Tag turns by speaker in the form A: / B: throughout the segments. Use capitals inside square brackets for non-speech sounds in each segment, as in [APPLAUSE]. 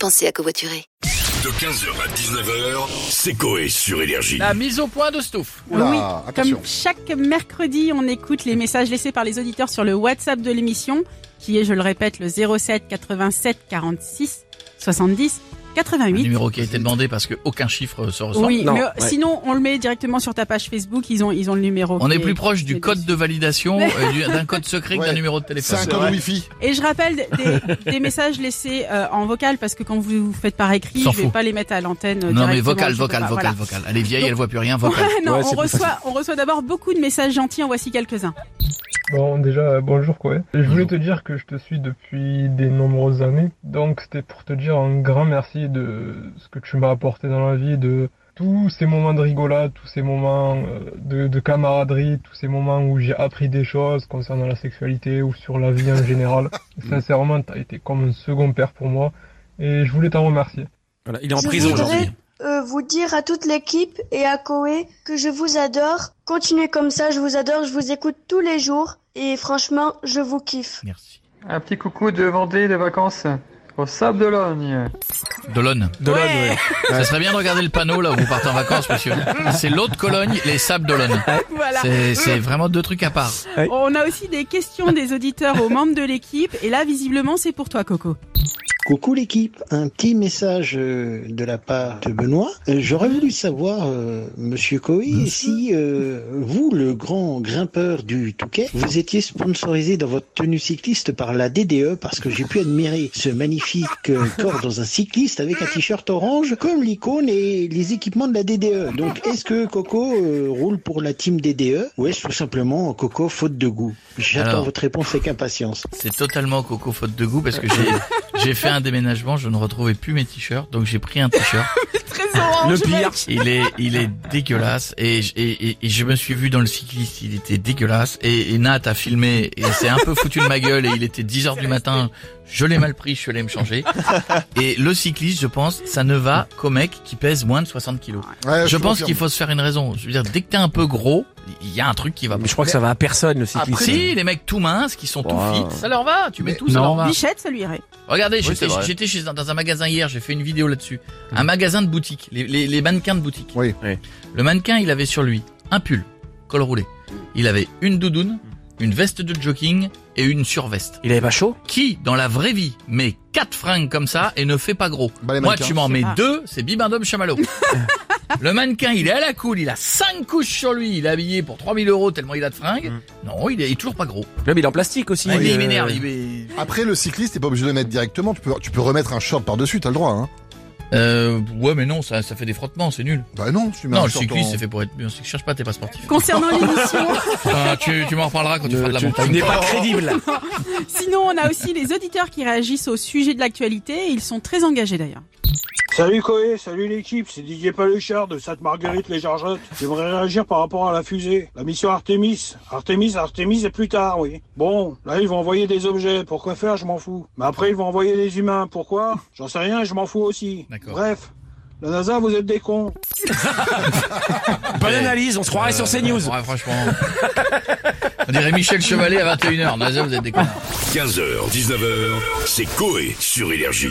A: Pensez à covoiturer.
B: De 15h à 19h, c'est Coé sur Énergie.
C: Ah,
D: La mise au point de Stouff.
C: Oula,
E: oui,
C: attention.
E: comme chaque mercredi, on écoute les messages laissés par les auditeurs sur le WhatsApp de l'émission, qui est, je le répète, le 07 87 46 70
D: Un
E: 88.
D: numéro qui a été demandé parce que aucun chiffre se ressort.
E: Oui,
F: Non,
E: mais euh,
F: ouais.
E: sinon, on le met directement sur ta page Facebook, ils ont, ils ont le numéro.
D: On
E: qui
D: est plus proche
E: qui
D: du
E: est
D: code
E: dessus.
D: de validation euh, du- d'un code secret que
C: Ouais.
D: d'un numéro de
C: C'est
D: téléphone.
C: un
E: Euh,
C: code wifi.
E: Et je rappelle
D: [LAUGHS]
E: des, des messages laissés euh, en vocal, parce que quand vous vous faites par écrit,
D: S'en
E: je vais
D: fout.
E: pas les mettre à l'antenne.
D: Non
E: euh,
D: mais
E: directement,
D: vocal,
E: je peux
D: vocal,
E: pas,
D: vocal,
E: voilà.
D: vocal. Elle est vieille,
E: Donc-
D: elle voit plus rien,
E: [LAUGHS]
D: vocal.
E: non,
F: Ouais, c'est
E: on,
F: plus
E: reçoit, on reçoit d'abord beaucoup de messages gentils, en voici quelques-uns.
G: Bon, déjà, euh, bonjour quoi. Je voulais
D: Bonjour.
G: te dire que je te suis depuis des nombreuses années. Donc, c'était pour te dire un grand merci de ce que tu m'as apporté dans la vie, de tous ces moments de rigolade, tous ces moments euh, de, de camaraderie, tous ces moments où j'ai appris des choses concernant la sexualité ou sur la vie en général. Sincèrement, t'as été comme un second père pour moi et je voulais t'en remercier.
H: Voilà, il est en
I: Je
H: prison
I: voudrais-
H: aujourd'hui.
I: euh, vous dire à toute l'équipe et à Koé que je vous adore. Continuez comme ça, je vous adore, je vous écoute tous les jours et franchement, je vous kiffe.
D: Merci.
G: Un petit coucou de Vendée de vacances au Sable de Logne.
D: Dolonne.
H: De l'Aude,
E: Ouais.
H: ouais.
D: Ça serait bien de regarder le panneau là où vous partez en vacances, monsieur. C'est l'autre Cologne, les sables d'Olonne.
E: [LAUGHS] Voilà.
D: C'est c'est vraiment deux trucs à part.
E: On a aussi des questions des auditeurs aux membres de l'équipe, et là, visiblement, c'est pour toi, Coco.
J: Coucou l'équipe, un petit message euh, de la part de Benoît. Euh, J'aurais voulu savoir, euh, Monsieur Coé, si euh, vous, le grand grimpeur du Touquet, vous étiez sponsorisé dans votre tenue cycliste par la DDE, parce que j'ai pu admirer ce magnifique euh, corps dans un cycliste avec un t-shirt orange, comme l'icône et les équipements de la DDE. Donc, est-ce que Coco euh, roule pour la team DDE ou est-ce tout simplement Coco faute de goût J'attends
D: Alors.
J: votre réponse avec impatience.
D: C'est totalement coco faute de goût parce que j'ai j'ai fait un déménagement, je ne retrouvais plus mes t-shirts, donc j'ai pris un t-shirt.
E: Très orange,
H: Le pire.
D: Il est il est dégueulasse et, je- et, et- et je me suis vu dans le cycliste, il était dégueulasse et, et Nat a filmé et c'est un peu foutu de ma gueule et il était 10 heures du matin, je l'ai mal pris, je suis allé
C: [LAUGHS]
D: me changer. Et le cycliste, je pense, ça ne va qu'au mec qui pèse moins de 60 kilos.
C: Ouais,
D: Je pense
C: confirme.
D: qu'il faut se faire une raison. Je veux dire, dès que t'es un peu gros, il y a un truc qui va pas.
H: Bah, Mais je crois que ça va à personne le cycliste.
D: Si, les mecs tout minces, qui sont tout
H: Wow.
D: fit, ça leur va, tu mets
C: Mais
D: tout, ça leur va.
E: Bichette, ça lui irait.
D: Regardez,
H: c'est
D: j'étais,
H: vrai.
D: j'étais chez, un- dans un magasin hier, j'ai fait une vidéo là-dessus. Un magasin de boutique, les, les, les mannequins de boutique.
C: Oui.
H: Oui.
D: Le mannequin, il avait sur lui un pull, col roulé. Il avait une doudoune, une veste de jogging et une surveste.
H: Il avait pas chaud
D: Qui, dans la vraie vie, met quatre fringues comme ça et ne fait pas gros
C: Bah, les
D: Moi,
C: mannequins.
D: tu m'en mets
E: Ah.
D: deux, c'est Bibendum Chamallow. Le mannequin, il est à la cool, il a cinq couches sur lui, il est habillé pour 3000 euros tellement il a de fringues. Non, il est, il est toujours pas gros.
H: Même il est en plastique aussi.
D: il,
H: euh,
D: m'énerve, il est-
C: Après, le cycliste, t'es pas obligé de le mettre directement. Tu peux, tu peux remettre un short par-dessus, t'as le droit. Hein.
D: Euh, ouais, mais non, ça, ça fait des frottements, c'est nul.
C: Bah non, tu mets
D: Non,
C: un
D: le
C: short
D: cycliste,
C: en-
D: c'est fait pour être bien. c'est- Cherche pas, t'es pas sportif.
E: Concernant
H: [LAUGHS]
E: l'émission,
D: Ah, tu tu m'en reparleras quand tu feras de la
H: tu- tu
D: montagne.
H: n'es pas crédible.
E: sinon, on a aussi les auditeurs qui réagissent au sujet de l'actualité, et ils sont très engagés d'ailleurs.
K: Salut Coé, salut l'équipe, c'est Didier Paluchard de Sainte-Marguerite les Jargettes. J'aimerais réagir par rapport à la fusée. La mission Artemis. Artemis, Artemis est plus tard, oui. Bon, là ils vont envoyer des objets, pourquoi faire, je m'en fous. Mais après ils vont envoyer des humains, pourquoi J'en sais rien, je m'en fous aussi.
D: D'accord.
K: Bref, la NASA vous êtes des cons.
H: Bonne analyse, on se croirait sur
D: Euh,
H: CNews.
D: Ouais, franchement. On dirait Michel Chevalet à 21h. Nazel, vous êtes des connards.
B: 15h, 19h, c'est Coé sur Énergie.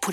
A: Pour